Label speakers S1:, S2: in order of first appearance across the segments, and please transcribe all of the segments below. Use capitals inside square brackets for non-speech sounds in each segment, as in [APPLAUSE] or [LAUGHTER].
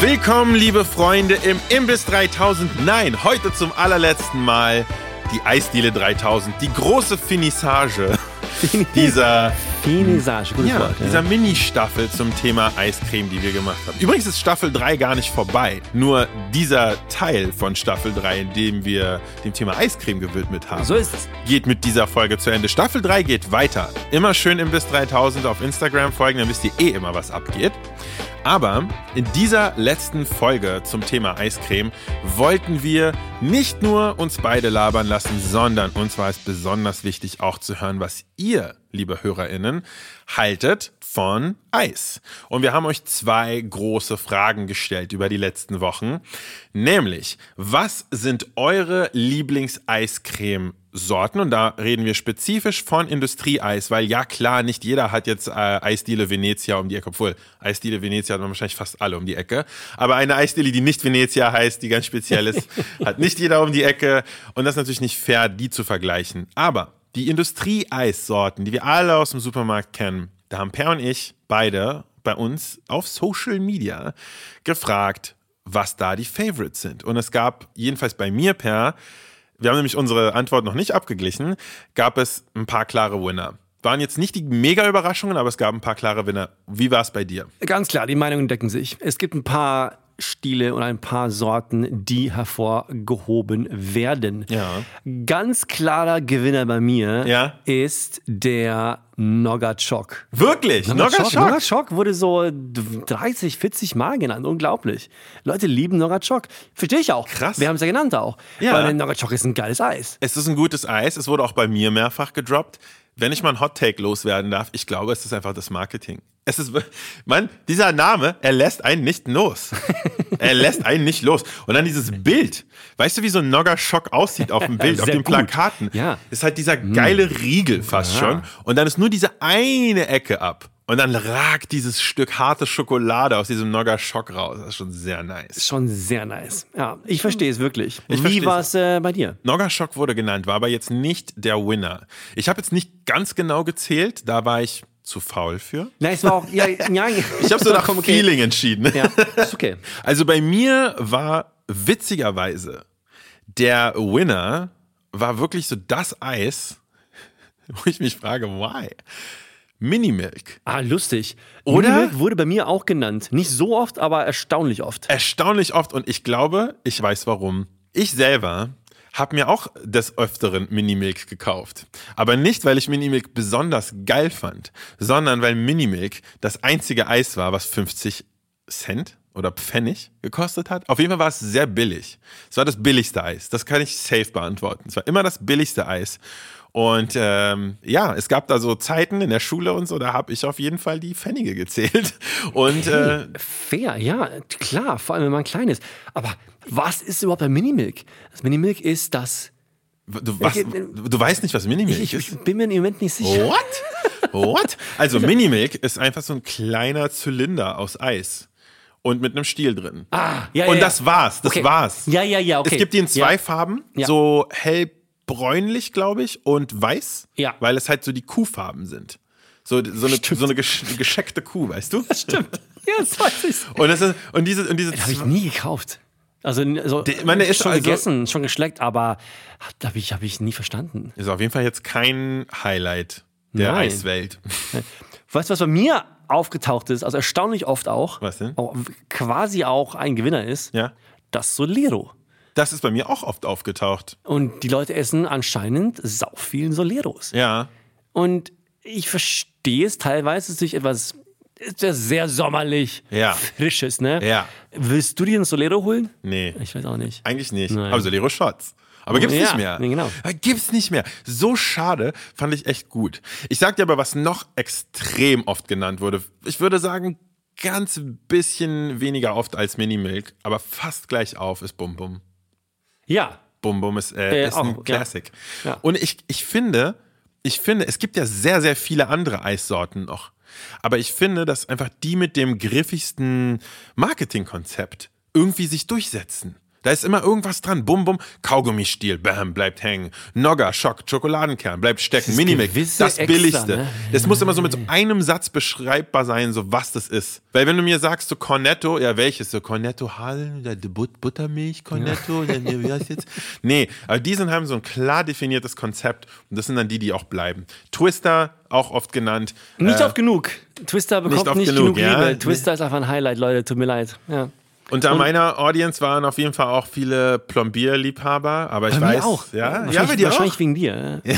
S1: Willkommen, liebe Freunde, im Imbiss 3000. Nein, heute zum allerletzten Mal die Eisdiele 3000, die große Finissage dieser
S2: Finisage, gutes
S1: ja,
S2: Wort.
S1: dieser Mini-Staffel zum Thema Eiscreme, die wir gemacht haben. Übrigens ist Staffel 3 gar nicht vorbei. Nur dieser Teil von Staffel 3, in dem wir dem Thema Eiscreme gewidmet haben,
S2: So ist es.
S1: geht mit dieser Folge zu Ende. Staffel 3 geht weiter. Immer schön im bis 3000 auf Instagram folgen, dann wisst ihr eh immer, was abgeht. Aber in dieser letzten Folge zum Thema Eiscreme wollten wir nicht nur uns beide labern lassen, sondern uns war es besonders wichtig, auch zu hören, was ihr, liebe HörerInnen, haltet von Eis. Und wir haben euch zwei große Fragen gestellt über die letzten Wochen. Nämlich, was sind eure Lieblingseiscreme Sorten und da reden wir spezifisch von Industrieeis, weil ja klar, nicht jeder hat jetzt äh, Eisdiele Venezia um die Ecke, obwohl Eisdiele Venezia hat man wahrscheinlich fast alle um die Ecke, aber eine Eisdiele, die nicht Venezia heißt, die ganz speziell ist, hat nicht jeder um die Ecke und das ist natürlich nicht fair, die zu vergleichen. Aber die Industrieeissorten, die wir alle aus dem Supermarkt kennen, da haben Per und ich beide bei uns auf Social Media gefragt, was da die Favorites sind. Und es gab, jedenfalls bei mir, Per, wir haben nämlich unsere Antwort noch nicht abgeglichen, gab es ein paar klare Winner. Waren jetzt nicht die mega Überraschungen, aber es gab ein paar klare Winner. Wie war es bei dir?
S2: Ganz klar, die Meinungen decken sich. Es gibt ein paar Stile und ein paar Sorten, die hervorgehoben werden.
S1: Ja.
S2: Ganz klarer Gewinner bei mir
S1: Ja.
S2: ist der Nogachok.
S1: Wirklich? Nogashok?
S2: Nogachok wurde so 30, 40 Mal genannt. Unglaublich. Leute lieben Nogachok. Verstehe ich auch.
S1: Krass.
S2: Wir haben es ja genannt auch.
S1: Ja.
S2: Weil Nogachok ist ein geiles Eis.
S1: Es ist ein gutes Eis. Es wurde auch bei mir mehrfach gedroppt. Wenn ich mal einen Hot Take loswerden darf, ich glaube, es ist einfach das Marketing. Es ist, man, dieser Name, er lässt einen nicht
S2: [LAUGHS]
S1: los. er lässt einen nicht los. Und dann dieses Bild. Weißt du, wie so ein Nogger-Schock aussieht auf
S2: [LAUGHS]
S1: dem Bild, auf
S2: Sehr
S1: den
S2: gut.
S1: Plakaten?
S2: Ja. Hm.
S1: Ist halt dieser geile Riegel fast schon. Und dann ist nur diese eine Ecke ab. Und dann ragt dieses Stück harte Schokolade aus diesem Nogger-Schock raus. Das ist schon sehr nice.
S2: Schon sehr nice. Ja, ich verstehe
S1: Hm.
S2: es wirklich.
S1: verstehe
S2: Wie
S1: es
S2: war es äh, bei dir?
S1: Nogashok wurde genannt, war aber jetzt nicht der Winner. Ich habe jetzt nicht ganz genau gezählt, da war ich zu faul für.
S2: Nein, es war auch. Ja, [LAUGHS] ja,
S1: Ich habe so nach Feeling entschieden.
S2: Ja, ist okay.
S1: Also bei mir war witzigerweise der Winner war wirklich so das Eis, [LAUGHS] wo ich mich frage, why? Minimilk.
S2: Ah, lustig.
S1: Oder?
S2: Minimilk wurde bei mir auch genannt. Nicht so oft, aber erstaunlich oft.
S1: Äh, Erstaunlich oft und ich glaube, ich weiß warum. Ich selber habe mir auch des Öfteren Minimilk gekauft. Aber nicht, weil ich Minimilk besonders geil fand, sondern weil Minimilk das einzige Eis war, was 50 Cent oder Pfennig gekostet hat. Auf jeden Fall war es sehr billig. Es war das billigste Eis. Das kann ich safe beantworten. Es war immer das billigste Eis. Und ähm, ja, es gab da so Zeiten in der Schule und so, da habe ich auf jeden Fall die Pfennige gezählt. [LAUGHS] Und äh,
S2: Hm, Fair, ja, klar, vor allem wenn man klein ist. Aber was ist überhaupt ein Minimilk? Das Minimilk ist das.
S1: Du, was,
S2: Ich-
S1: du weißt nicht, was Minimilk
S2: Ich,
S1: ist?
S2: ich bin mir im Moment nicht sicher.
S1: What? What?
S2: [LAUGHS]
S1: Also Minimilk ist einfach so ein kleiner Zylinder aus Eis und mit einem Stiel drin.
S2: Ah, ja, ja,
S1: Oh. und
S2: ja.
S1: das war's, das
S2: Okay.
S1: war's.
S2: Ja, ja, ja, okay.
S1: Es gibt die in zwei
S2: Ja.
S1: Farben,
S2: Ja.
S1: so hellbräunlich, glaube ich, und weiß,
S2: Ja.
S1: weil es halt so die Kuhfarben sind. So, so eine, so eine gesch gescheckte Kuh, weißt du?
S2: [LAUGHS] Stimmt. Ja, das weiß ich.
S1: Und, das ist, und diese, und diese
S2: Habe ich nie gekauft. Also, also
S1: Der- meine, ist
S2: schon
S1: also-
S2: gegessen, schon geschleckt, aber habe ich, hab ich nie verstanden.
S1: ist auf jeden Fall jetzt kein Highlight der
S2: Nein.
S1: Eiswelt.
S2: Weißt du, was bei mir aufgetaucht ist, also erstaunlich oft auch,
S1: Was denn?
S2: Auch, quasi auch ein Gewinner ist,
S1: Ja.
S2: das Solero.
S1: Das ist bei mir auch oft aufgetaucht.
S2: Und die Leute essen anscheinend sau vielen Soleros.
S1: Ja.
S2: Und ich verstehe es teilweise, es ist durch etwas ist ja sehr sommerlich,
S1: Ja.
S2: frisches, ne?
S1: Ja.
S2: Willst du dir einen Solero holen?
S1: Nee.
S2: Ich weiß auch nicht.
S1: Eigentlich nicht.
S2: Nein.
S1: Aber Solero Shots. Aber gibt's
S2: Ja,
S1: nicht mehr.
S2: nee, genau.
S1: Aber Gibt's nicht mehr. So schade, fand ich echt gut. Ich sag dir aber, was noch extrem oft genannt wurde. Ich würde sagen, ganz bisschen weniger oft als Minimilk, aber fast gleich auf ist Bum Bum.
S2: Ja.
S1: Bum Bum ist, äh,
S2: Äh,
S1: ist
S2: auch,
S1: ein
S2: ja.
S1: Classic.
S2: Ja.
S1: Und ich, ich finde, ich finde, es gibt ja sehr, sehr viele andere Eissorten noch. Aber ich finde, dass einfach die mit dem griffigsten Marketingkonzept irgendwie sich durchsetzen. Da ist immer irgendwas dran. Bum, bum, Kaugummistiel, bam, bleibt hängen. Nogger, Schock, Schokoladenkern, bleibt stecken.
S2: ist
S1: Minimix,
S2: gewisse
S1: das
S2: Extra,
S1: Billigste.
S2: ne?
S1: Das muss immer so mit so einem Satz beschreibbar sein, so was das ist. Weil wenn du mir sagst, so Cornetto, ja welches, so Cornetto Hallen, oder die But Buttermilch, Cornetto, oder nee, wie heißt jetzt? Nee, aber die sind haben so ein klar definiertes Konzept und das sind dann die, die auch bleiben. Twister, auch oft genannt.
S2: Nicht
S1: Äh,
S2: oft genug. Twister bekommt
S1: oft
S2: nicht,
S1: genug,
S2: genug,
S1: ja.
S2: Liebe. Twister ist einfach ein Highlight, Leute. Tut mir leid. Ja.
S1: Unter meiner Audience waren auf jeden Fall auch viele Plombierliebhaber, aber ich
S2: Bei
S1: weiß,
S2: mir auch.
S1: ja, ja,
S2: wahrscheinlich,
S1: bei dir
S2: wahrscheinlich
S1: auch.
S2: wegen dir. Ja.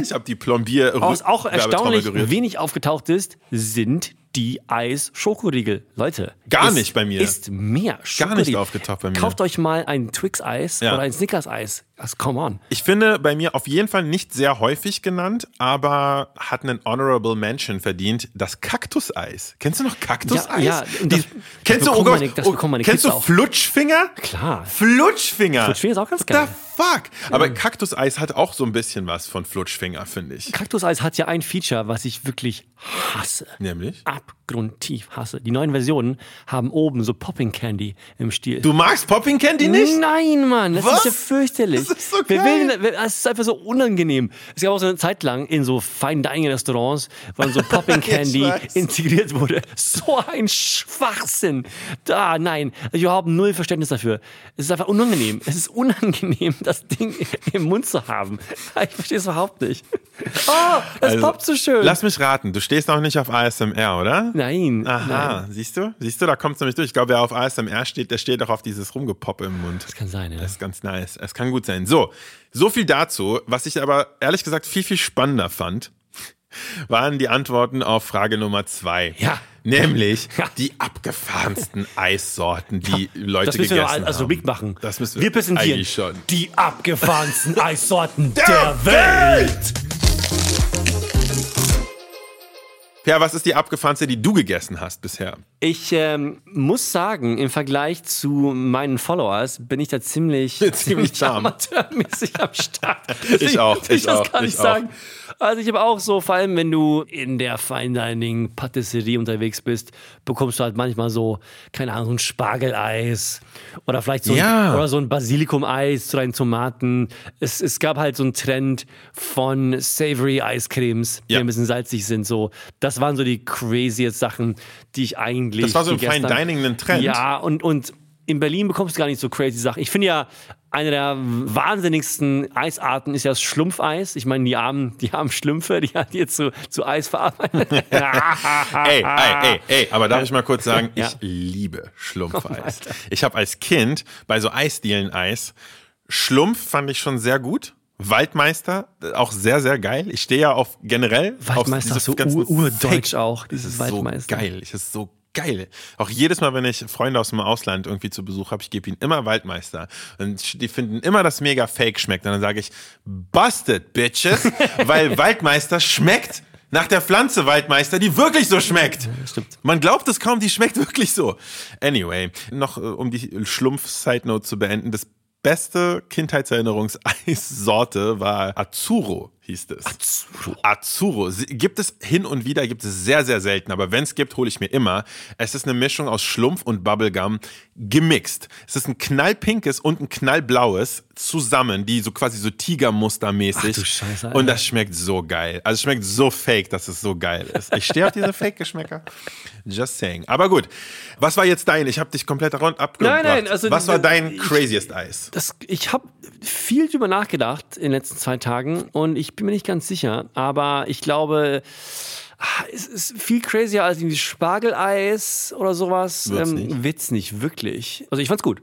S1: [LAUGHS] ich habe die Plombier
S2: Was auch
S1: Werbetrommel
S2: erstaunlich
S1: gerührt.
S2: wenig aufgetaucht ist, sind die Eis-Schokoriegel. Leute.
S1: Gar
S2: es
S1: nicht bei mir.
S2: Ist mehr Schokoriegel.
S1: aufgetaucht bei mir.
S2: Kauft euch mal ein Twix-Eis
S1: Ja.
S2: oder ein Snickers-Eis. Also, come on.
S1: Ich finde bei mir auf jeden Fall nicht sehr häufig genannt, aber hat einen Honorable Mention verdient. Das Kaktuseis. Kennst du noch Kaktuseis?
S2: Ja, ja, und
S1: Die-
S2: das-
S1: kennst
S2: das
S1: du, oh
S2: bekommen
S1: Gott,
S2: meine- das
S1: oh,
S2: bekommen meine
S1: kennst du
S2: Kids auch.
S1: Flutschfinger?
S2: Klar.
S1: Flutschfinger.
S2: Flutschfinger ist auch ganz
S1: What
S2: geil.
S1: The fuck. Aber Kaktuseis hat auch so ein bisschen was von Flutschfinger, finde ich.
S2: Kaktuseis hat ja ein Feature, was ich wirklich hasse.
S1: Nämlich.
S2: Abgrundtief hasse. Die neuen Versionen haben oben so Popping Candy im Stil.
S1: Du magst Popping Candy
S2: Mm,
S1: nicht?
S2: Nein, Mann, das
S1: Was?
S2: ist ja fürchterlich.
S1: Das ist so
S2: Wer
S1: geil.
S2: will denn- wer- das ist einfach so unangenehm. Es gab auch so eine Zeit lang in so feinen Dining-Restaurants, wo
S1: [LAUGHS]
S2: dann so Popping Candy
S1: weiß.
S2: integriert wurde. So ein Schwachsinn. Da, nein, ich habe null Verständnis dafür. Es ist einfach unangenehm. Es ist unangenehm, [LAUGHS] das Ding im Mund zu haben. [LAUGHS] Ich verstehe es überhaupt nicht. Oh, das
S1: Also,
S2: poppt so schön.
S1: Lass mich raten, du stehst noch nicht auf ASMR, oder?
S2: nein, nein,
S1: Aha, siehst du? Siehst du, da kommt es nämlich durch. Ich glaube, wer auf ASMR steht, der steht auch auf dieses Rumgepoppe im Mund.
S2: das kann sein. Ja.
S1: Das ist ganz nice. Es kann gut sein. So, so viel dazu. Was ich aber ehrlich gesagt viel, viel spannender fand, [LAUGHS] waren die Antworten auf Frage Nummer zwei.
S2: Ja.
S1: Nämlich
S2: Ja.
S1: die
S2: [LAUGHS]
S1: abgefahrensten Eissorten, die Leute
S2: Das
S1: gegessen
S2: müssen wir Also noch als, als
S1: haben.
S2: Rubrik machen.
S1: Das müssen wir,
S2: wir präsentieren
S1: eigentlich schon.
S2: die
S1: [LAUGHS]
S2: abgefahrensten Eissorten der
S1: Der
S2: Welt.
S1: Per, was ist die abgefahrenste, die du gegessen hast bisher?
S2: Ich ähm, muss sagen, im Vergleich zu meinen Followers bin ich da ziemlich,
S1: [LAUGHS] Ziemlich
S2: [LAUGHS]
S1: zahm.
S2: amateurmäßig am Start.
S1: [LAUGHS] Ich auch,
S2: will
S1: ich
S2: Ich, das
S1: auch,
S2: gar nicht
S1: ich auch.
S2: sagen. Also ich habe auch so, vor allem wenn du in der Fine Dining Patisserie unterwegs bist, bekommst du halt manchmal so, keine Ahnung, so ein Spargeleis oder vielleicht so,
S1: Ja.
S2: ein, oder so ein Basilikum-Eis zu deinen Tomaten. Es, es gab halt so einen Trend von Savory-Eiscremes, die
S1: Ja.
S2: ein bisschen salzig sind. So. Das waren so die craziest Sachen, die ich eigentlich
S1: Das war so im
S2: gegessen
S1: Fine
S2: habe.
S1: Dining ein Trend.
S2: Ja, und, und in Berlin bekommst du gar nicht so crazy Sachen. Ich finde ja, eine der wahnsinnigsten Eisarten ist ja das Schlumpfeis. Ich meine, die armen, die armen Schlümpfe, die hat jetzt zu, zu
S1: [LAUGHS]
S2: Eis verarbeitet.
S1: ey,
S2: [LAUGHS]
S1: ey, ey, ey, aber darf ich mal kurz sagen,
S2: Ja. Oh
S1: ich liebe Schlumpfeis. ich habe als Kind bei so Eisdielen-Eis, Schlumpf fand ich schon sehr gut. Waldmeister, äh, auch sehr, sehr geil. Ich stehe ja auf generell auf
S2: Waldmeister,
S1: diese
S2: so
S1: ganzen
S2: ur- urdeutsch
S1: Fake-
S2: auch, dieses
S1: das ist
S2: Waldmeister.
S1: So geil, das ist so geil. Auch jedes Mal, wenn ich Freunde aus dem Ausland irgendwie zu Besuch habe, ich gebe ihnen immer Waldmeister. Und die finden immer, dass mega fake schmeckt. Und dann sage ich, busted,
S2: [LAUGHS]
S1: bitches, weil Waldmeister schmeckt nach der Pflanze Waldmeister, die wirklich so schmeckt.
S2: Stimmt.
S1: Man glaubt es kaum, die schmeckt [LAUGHS] wirklich so. Anyway, noch äh, um die Schlumpf-Side-Note zu beenden, das beste Kindheitserinnerungseissorte war Azuro, hieß es. Azuro. Azuro. Sie- Gibt es hin und wieder, gibt es sehr, sehr selten, aber wenn es gibt, hole ich mir immer. Es ist eine Mischung aus Schlumpf und Bubblegum gemixt. Es ist ein knallpinkes und ein knallblaues zusammen, die so quasi so Tigermustermäßig.
S2: Ach du Scheiße, Alter.
S1: Und das schmeckt so geil. Also es schmeckt so fake, dass es so geil ist. Ich stehe auf
S2: [LAUGHS]
S1: diese Fake-Geschmäcker. Just saying. Aber gut, was war jetzt dein? Ich habe dich komplett rund abgebracht.
S2: Nein, nein, also-
S1: was war dein
S2: ich-
S1: craziest Eis?
S2: Das, ich habe viel drüber nachgedacht in den letzten zwei Tagen und ich bin mir nicht ganz sicher, aber ich glaube, ah, es ist viel crazier als irgendwie Spargeleis oder sowas. Ähm,
S1: Wird's nicht.
S2: Wird's nicht wirklich. Also ich fand's gut.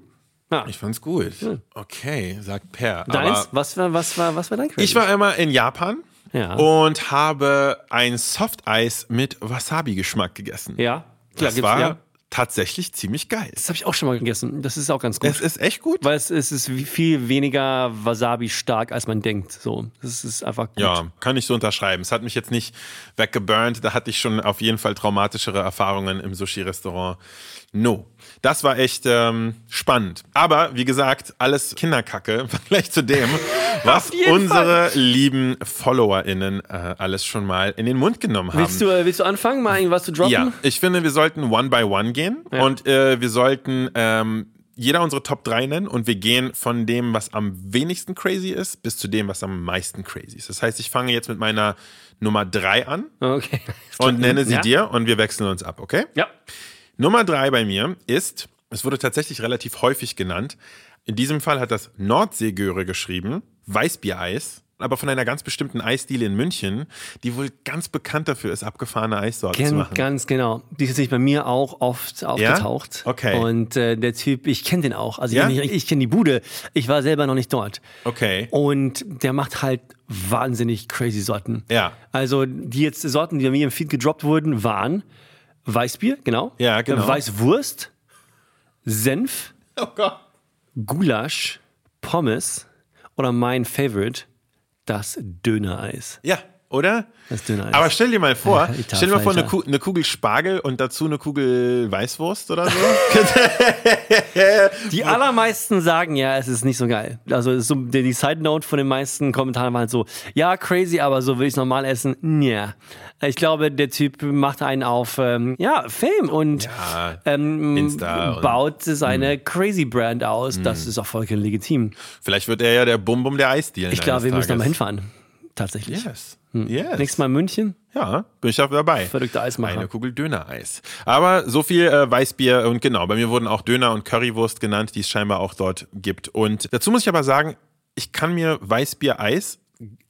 S2: Ja.
S1: Ich fand's gut. Okay, sagt Per.
S2: Hm. Deins?
S1: Aber
S2: Was war, was war, was war dein crazy?
S1: ich war einmal in Japan
S2: Ja.
S1: und habe ein Softeis mit Wasabi-Geschmack gegessen.
S2: Ja, klar,
S1: das war
S2: ja.
S1: tatsächlich ziemlich geil.
S2: Das habe ich auch schon mal gegessen. Das ist auch ganz gut.
S1: Es ist echt gut.
S2: Weil es, es ist wie- viel weniger Wasabi stark, als man denkt. So, das ist einfach gut.
S1: Ja, kann ich so unterschreiben. Es hat mich jetzt nicht weggeburnt. Da hatte ich schon auf jeden Fall traumatischere Erfahrungen im Sushi-Restaurant. No. Das war echt ähm, spannend. Aber wie gesagt, alles Kinderkacke [LAUGHS] im Vergleich zu
S2: [LAUGHS]
S1: dem, was
S2: jeden
S1: unsere lieben FollowerInnen äh, alles schon mal in den Mund genommen haben.
S2: Willst du, äh, willst du anfangen, mal irgendwas zu droppen?
S1: Ja, ich finde, wir sollten one by one gehen und äh, wir sollten ähm, jeder unsere Top 3 nennen und wir gehen von dem, was am wenigsten crazy ist, bis zu dem, was am meisten crazy ist. Das heißt, ich fange jetzt mit meiner Nummer 3 an
S2: Okay. [LAUGHS]
S1: und nenne sie
S2: ja?
S1: dir und wir wechseln uns ab, okay?
S2: Ja.
S1: Nummer 3 bei mir ist, es wurde tatsächlich relativ häufig genannt, in diesem Fall hat das Nordseegöre geschrieben, Weißbiereis. Aber von einer ganz bestimmten Eisdiele in München, die wohl ganz bekannt dafür ist, abgefahrene Eissorten zu
S2: Gen,
S1: machen.
S2: ganz genau. Die ist sich bei mir auch oft aufgetaucht.
S1: Okay.
S2: Und äh, der Typ, ich kenne den auch. Also ich
S1: Ja?
S2: kenn- ich, ich kenne die Bude. Ich war selber noch nicht dort.
S1: Okay.
S2: Und der macht halt wahnsinnig crazy Sorten.
S1: Ja.
S2: Also die jetzt Sorten, die bei mir im Feed gedroppt wurden, waren Weißbier, genau.
S1: Ja, genau.
S2: Weißwurst, Senf,
S1: Oh Gott.
S2: Gulasch, Pommes oder mein Favorite, das Dönereis.
S1: Ja, oder?
S2: Das Dönereis.
S1: Aber stell dir mal vor,
S2: Alter
S1: stell dir mal vor, eine,
S2: Falter.
S1: Ku- eine Kugel Spargel und dazu eine Kugel Weißwurst
S2: [LAUGHS]
S1: oder so.
S2: Die allermeisten sagen ja, es ist nicht so geil. Also so, die die Side Note von den meisten Kommentaren war halt so, ja, crazy, aber so will ich normal essen. Nja. Ich glaube, der Typ macht einen auf ähm, ja, Fame und
S1: Ja,
S2: ähm,
S1: Insta und- hm.
S2: baut seine crazy Brand aus. Das ist auch vollkommen legitim.
S1: Vielleicht wird er ja der Bum-Bum der Eisdielen.
S2: Ich glaube, wir
S1: eines
S2: müssen da mal Hm.
S1: Tages.
S2: hinfahren. Tatsächlich.
S1: Yes. Yes.
S2: Nächstes Mal München,
S1: Ja, bin ich auch dabei.
S2: verrückter Eismacher.
S1: Eine Kugel Dönereis. Aber so viel äh, Weißbier und genau, bei mir wurden auch Döner und Currywurst genannt, die es scheinbar auch dort gibt. Und dazu muss ich aber sagen, ich kann mir Weißbier-Eis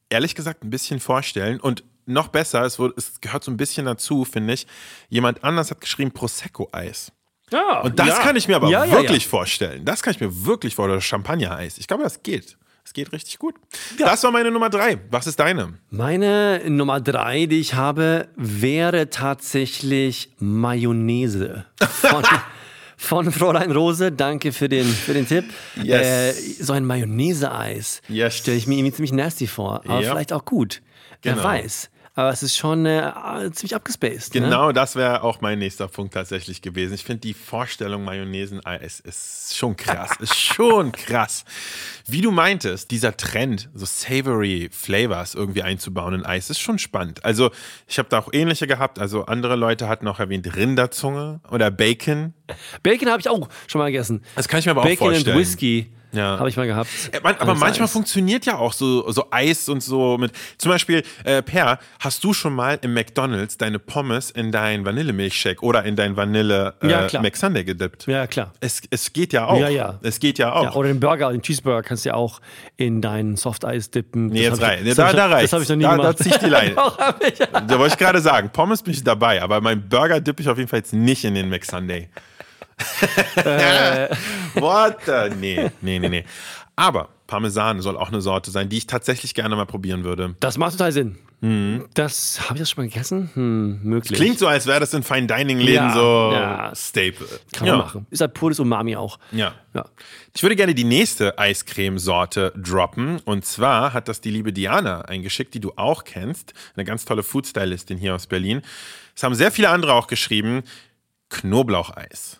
S1: ehrlich gesagt ein bisschen vorstellen und noch besser, es, wurde, es gehört so ein bisschen dazu, finde ich. Jemand anders hat geschrieben Prosecco-Eis.
S2: Ja,
S1: Und das
S2: ja.
S1: kann ich mir aber
S2: Ja, ja,
S1: wirklich vorstellen. Das kann ich mir wirklich vorstellen. Oder Champagner-Eis. Ich glaube, das geht. Es geht richtig gut. Das war meine Nummer drei. Was ist deine?
S2: Meine Nummer drei, die ich habe, wäre tatsächlich Mayonnaise
S1: [LAUGHS]
S2: von, von Fräulein Rose. Danke für den, für den Tipp.
S1: Yes.
S2: Äh, so ein Mayonnaise-Eis
S1: Yes.
S2: stelle ich mir irgendwie ziemlich nasty vor, aber
S1: Ja.
S2: vielleicht auch gut.
S1: Genau.
S2: Wer weiß. Aber es ist schon äh, ziemlich abgespaced. Ne?
S1: Genau, das wäre auch mein nächster Punkt tatsächlich gewesen. Ich finde die Vorstellung Mayonnaise-Eis ist schon krass. ist schon krass. Wie du meintest, dieser Trend, so savory Flavors irgendwie einzubauen in Eis, ist schon spannend. Also ich habe da auch ähnliche gehabt. Also andere Leute hatten auch erwähnt Rinderzunge oder Bacon.
S2: Bacon habe ich auch schon mal gegessen.
S1: Das kann ich mir aber auch
S2: Bacon
S1: vorstellen.
S2: und Whisky
S1: Ja.
S2: habe ich mal gehabt.
S1: Äh, Man, aber
S2: Als
S1: manchmal
S2: Eis.
S1: funktioniert ja auch so, so Eis und so mit. Zum Beispiel, äh, Per, hast du schon mal im McDonalds deine Pommes in deinen Vanillemilchshake oder in dein Vanille äh,
S2: Ja, klar.
S1: McSunday gedippt?
S2: Ja, klar.
S1: Es, es geht ja auch.
S2: Ja, ja.
S1: Es geht ja auch.
S2: Ja, oder den Burger, den Cheeseburger kannst du ja auch in dein Softeis dippen.
S1: Nee,
S2: Das
S1: jetzt
S2: hab ich-
S1: rein. Nee,
S2: das hab
S1: da,
S2: ich-
S1: da reicht's.
S2: Das habe ich noch nie
S1: da,
S2: gemacht.
S1: Da zieh ich die Leine.
S2: [LAUGHS] Doch, hab ich.
S1: da wollte ich gerade sagen, Pommes bin ich dabei, aber mein Burger dippe ich auf jeden Fall jetzt nicht in den McSunday.
S2: Äh.
S1: [LAUGHS] What the? Nee, nee, nee, nee. Aber Parmesan soll auch eine Sorte sein, die ich tatsächlich gerne mal probieren würde.
S2: Das macht total Sinn. Das habe ich das schon mal gegessen? Hm, möglich.
S1: Mhm. Klingt so, als wäre das in Fine-Dining-Läden
S2: Ja,
S1: so
S2: ja.
S1: Staple.
S2: Kann
S1: ja.
S2: man machen. Ist halt pures Umami auch.
S1: Ja.
S2: Ja.
S1: Ich würde gerne die nächste Eiscremesorte droppen. Und zwar hat das die liebe Diana eingeschickt, die du auch kennst. Eine ganz tolle Foodstylistin hier aus Berlin. Es haben sehr viele andere auch geschrieben. Knoblaucheis.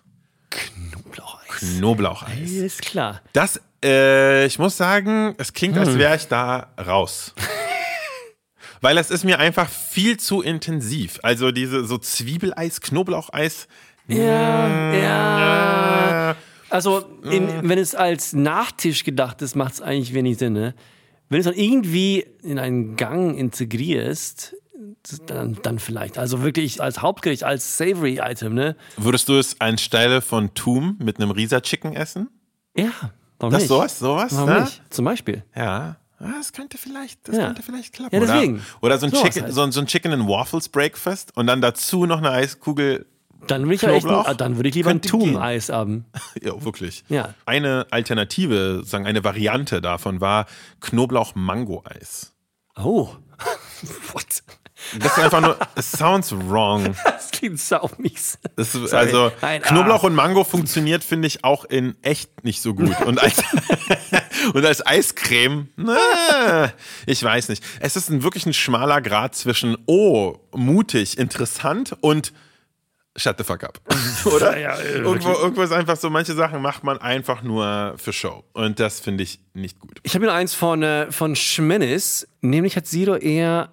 S2: Knoblaucheis.
S1: Knoblaucheis.
S2: Ist klar.
S1: Das, äh, ich muss sagen, es klingt,
S2: Hm.
S1: als wäre ich da raus. [LAUGHS] Weil es ist mir einfach viel zu intensiv. Also diese so Zwiebeleis, Knoblaucheis.
S2: Ja, ja.
S1: Äh,
S2: Also,
S1: Mhm.
S2: in, wenn es als Nachtisch gedacht ist, macht es eigentlich wenig Sinn. Ne? Wenn es dann irgendwie in einen Gang integrierst, das- dann, dann vielleicht. Also wirklich als Hauptgericht, als Savory-Item, ne?
S1: Würdest du es anstelle von Thum mit einem Risa-Chicken essen?
S2: Ja, warum
S1: Das
S2: nicht?
S1: sowas, sowas,
S2: Warum
S1: ne?
S2: nicht? Zum Beispiel.
S1: Ja. Ah, Das könnte vielleicht, das
S2: Ja.
S1: könnte vielleicht klappen.
S2: Ja, deswegen.
S1: Oder, oder so, ein
S2: Sowas
S1: Chicken,
S2: halt.
S1: so, ein- so ein Chicken and Waffles Breakfast und dann dazu noch eine Eiskugel. [LAUGHS]
S2: Dann würde ich, aber echt,
S1: Knoblauch?
S2: ah, dann würde ich lieber ein
S1: Könnte gehen.
S2: Tum-Eis haben.
S1: Ja, wirklich.
S2: Ja.
S1: Eine Alternative, sozusagen eine Variante davon war Knoblauch-Mango-Eis.
S2: Oh. [LAUGHS] What?
S1: Das ist einfach nur, [LAUGHS] it sounds wrong.
S2: Das klingt saumies.
S1: Das ist,
S2: Sorry.
S1: also
S2: Nein, ah.
S1: Knoblauch und Mango funktioniert, finde ich, auch in echt nicht so gut. Und
S2: [LAUGHS]
S1: als, und als Eiscreme, na, ich weiß nicht. Es ist ein, wirklich ein schmaler Grad zwischen, oh, mutig, interessant und shut the fuck up. [LAUGHS] Oder?
S2: Ja, ja, äh,
S1: irgendwo,
S2: wirklich.
S1: irgendwo ist einfach so, manche Sachen macht man einfach nur für Show. Und das finde ich nicht gut.
S2: Ich habe hier noch eins von, äh, von Schmennis. Nämlich hat Sido eher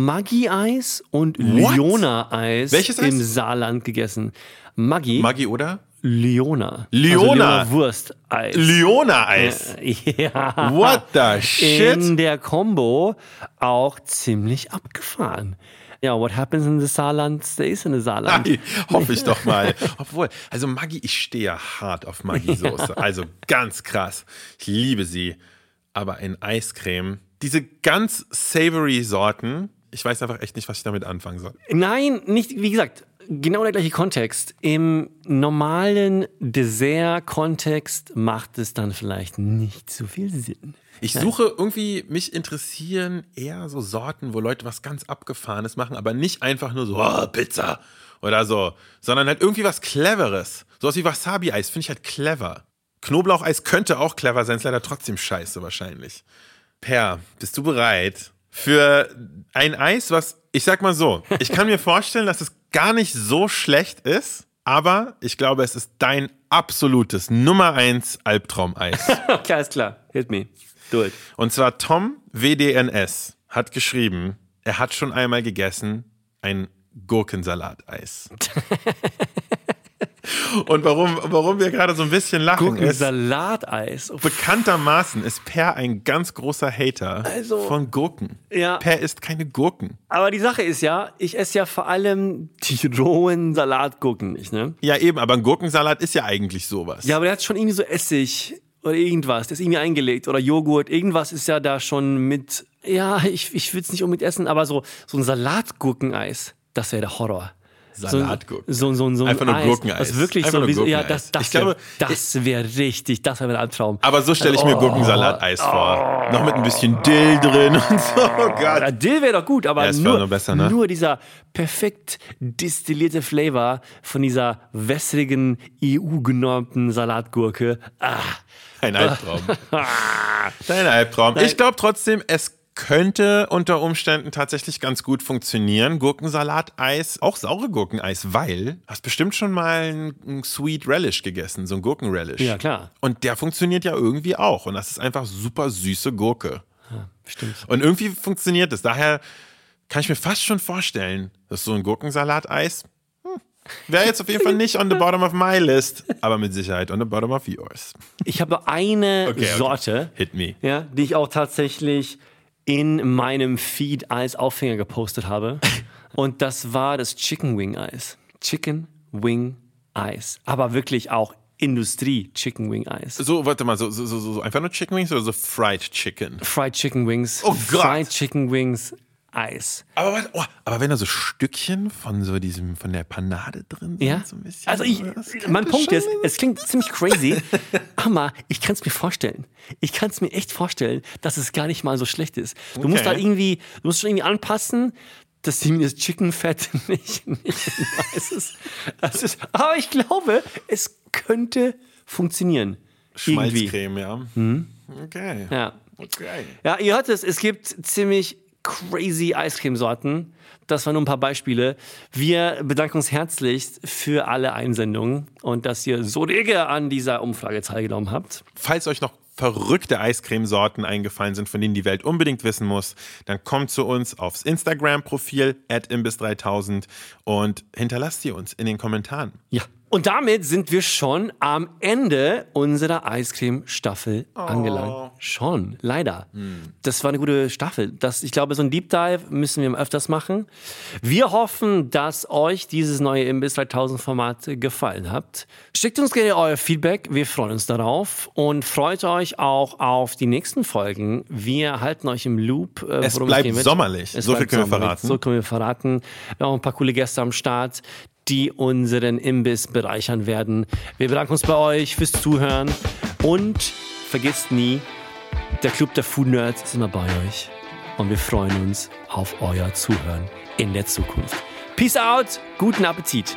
S2: Maggi-Eis und
S1: What?
S2: Liona-Eis
S1: Welches Eis?
S2: im Saarland gegessen. Maggi,
S1: Maggi, oder?
S2: Liona.
S1: Liona.
S2: Also Wurst-Eis.
S1: Leona-Eis.
S2: [LAUGHS] ja.
S1: What the shit?
S2: In der Combo auch ziemlich abgefahren. Ja, what happens in the Saarland stays in the Saarland.
S1: Maggi, hoffe ich doch mal. Obwohl, also Maggi, ich stehe ja hart auf Maggi-Soße. Also ganz krass. Ich liebe sie. Aber in Eiscreme, diese ganz savory Sorten, ich weiß einfach echt nicht, was ich damit anfangen soll.
S2: Nein, nicht, wie gesagt, genau der gleiche Kontext. Im normalen Dessert-Kontext macht es dann vielleicht nicht so viel Sinn.
S1: Ich suche irgendwie, mich interessieren eher so Sorten, wo Leute was ganz Abgefahrenes machen, aber nicht einfach nur so, oh, Pizza oder so, sondern halt irgendwie was Cleveres. Sowas wie Wasabi-Eis finde ich halt clever. Knoblaucheis könnte auch clever sein, ist leider trotzdem scheiße wahrscheinlich. Per, bist du bereit für ein Eis, was, ich sag mal so, ich kann mir vorstellen, dass es gar nicht so schlecht ist, aber ich glaube, es ist dein absolutes Nummer 1 Albtraumeis.
S2: [LAUGHS] Okay, alles klar. Hit me. Do it.
S1: Und zwar Tom WDNS hat geschrieben, er hat schon einmal gegessen ein
S2: [LAUGHS]
S1: Gurkensalateis. Und warum, warum wir gerade so ein bisschen lachen ist,
S2: Gurken-Salateis. Oh,
S1: bekanntermaßen ist Per ein ganz großer Hater
S2: Also-
S1: von Gurken.
S2: Ja.
S1: Per isst keine Gurken.
S2: Aber die Sache ist ja, ich esse ja vor allem die rohen Salatgurken nicht, ne?
S1: Ja eben, aber ein Gurkensalat ist ja eigentlich sowas.
S2: Ja, aber der hat schon irgendwie so Essig oder irgendwas, das ist irgendwie eingelegt oder Joghurt, irgendwas ist ja da schon mit. Ja, ich, ich will's nicht unbedingt essen, aber so, so ein Salatgurkeneis, das wäre der Horror.
S1: Salatgurken.
S2: So, ein- so, ein- so ein
S1: Einfach nur
S2: Eis,
S1: Gurkeneis.
S2: Das ist wirklich
S1: Einfach
S2: so
S1: nur
S2: wie so, ja,
S1: Gurkeneis.
S2: das, das
S1: Ich glaube,
S2: wär, das wäre richtig, das wäre mein Albtraum.
S1: Aber so stelle ich
S2: Oh.
S1: mir Gurkensalateis vor. Noch mit ein bisschen Dill drin und so. Oh Gott.
S2: Ja, Dill wäre doch gut, aber
S1: Ja, es wär
S2: nur,
S1: noch besser, ne?
S2: nur dieser perfekt destillierte Flavor von dieser wässrigen, EU-genormten Salatgurke. Ah,
S1: Ein
S2: [LAUGHS]
S1: Albtraum. Dein Albtraum. Ich glaube trotzdem, es könnte unter Umständen tatsächlich ganz gut funktionieren. Gurkensalat-Eis, auch saure Gurkeneis, weil hast bestimmt schon mal einen Sweet Relish gegessen, so ein Gurkenrelish.
S2: Ja, klar.
S1: Und der funktioniert ja irgendwie auch. Und das ist einfach super süße Gurke.
S2: stimmt.
S1: Und irgendwie funktioniert es. Daher kann ich mir fast schon vorstellen, dass so ein Gurkensalat-Eis hm, wäre jetzt auf jeden Fall nicht on the bottom of my list, aber mit Sicherheit on the bottom of yours.
S2: Ich habe eine
S1: Okay, okay.
S2: Sorte,
S1: Hit me.
S2: ja, die ich auch tatsächlich in meinem Feed als Aufhänger
S1: [LAUGHS]
S2: gepostet habe. Und das war das Chicken Wing Eis. Chicken Wing Eis. Aber wirklich auch Industrie Chicken Wing Eis.
S1: So, warte mal, so, so, so, so einfach nur Chicken Wings oder so Fried Chicken?
S2: Fried Chicken Wings.
S1: Oh Gott.
S2: Fried Chicken Wings Eis.
S1: Aber, was- oh, aber wenn da so Stückchen von so diesem, von der Panade drin sind,
S2: Ja.
S1: Halt so ein bisschen.
S2: also ich,
S1: das könnte
S2: mein Punkt
S1: schon-
S2: ist, es klingt ziemlich crazy, [LAUGHS] aber ich kann es mir vorstellen. Ich kann es mir echt vorstellen, dass es gar nicht mal so schlecht ist. Du musst
S1: Okay.
S2: halt irgendwie, du musst schon irgendwie anpassen, dass die mir das Chicken Fett [LAUGHS] nicht, nicht weiß ist. Das ist. Aber ich glaube, es könnte funktionieren. Irgendwie. Hm?
S1: Schmalzcreme, ja. Okay.
S2: Ja.
S1: Okay.
S2: Ja, ihr hört es, es gibt ziemlich crazy Eiscremesorten. Das waren nur ein paar Beispiele. Wir bedanken uns herzlichst für alle Einsendungen und dass ihr so rege an dieser Umfrage teilgenommen habt.
S1: Falls euch noch verrückte Eiscremesorten eingefallen sind, von denen die Welt unbedingt wissen muss, dann kommt zu uns aufs Instagram-Profil at imbis3000 und hinterlasst sie uns in den Kommentaren.
S2: Ja. Und damit sind wir schon am Ende unserer Eiscreme-Staffel angelangt. Schon, leider.
S1: Hm.
S2: Das war eine gute Staffel. Das, ich glaube, so ein Deep Dive müssen wir öfters machen. Wir hoffen, dass euch dieses neue Imbiss 3000 Format gefallen hat. Schickt uns gerne euer Feedback. Wir freuen uns darauf und freut euch auch auf die nächsten Folgen. Wir halten euch im Loop. äh,
S1: Es
S2: worum
S1: bleibt
S2: gehen wird.
S1: sommerlich. So viel
S2: bleibt
S1: können wir
S2: sommerlich.
S1: verraten.
S2: So können wir verraten. Wir haben auch ein paar coole Gäste am Start, die unseren Imbiss bereichern werden. Wir bedanken uns bei euch fürs Zuhören und vergesst nie, der Club der Food Nerds ist immer bei euch. und wir freuen uns auf euer Zuhören in der Zukunft. Peace out, guten Appetit.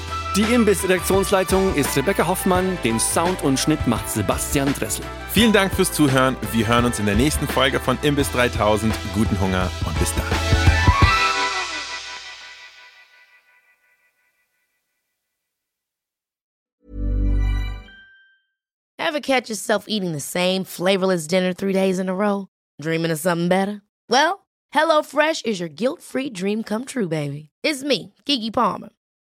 S2: Die Imbiss-Redaktionsleitung ist Rebecca Hoffmann, den Sound und Schnitt macht Sebastian Dressel.
S1: Vielen Dank fürs Zuhören. Wir hören uns in der nächsten Folge von Imbiss 3000. Guten Hunger und bis dann.
S3: Ever catch yourself eating the same flavorless dinner three days in a row? Dreaming of something better? Well, HelloFresh is your guilt-free dream come true, baby. It's me, Gigi Palmer.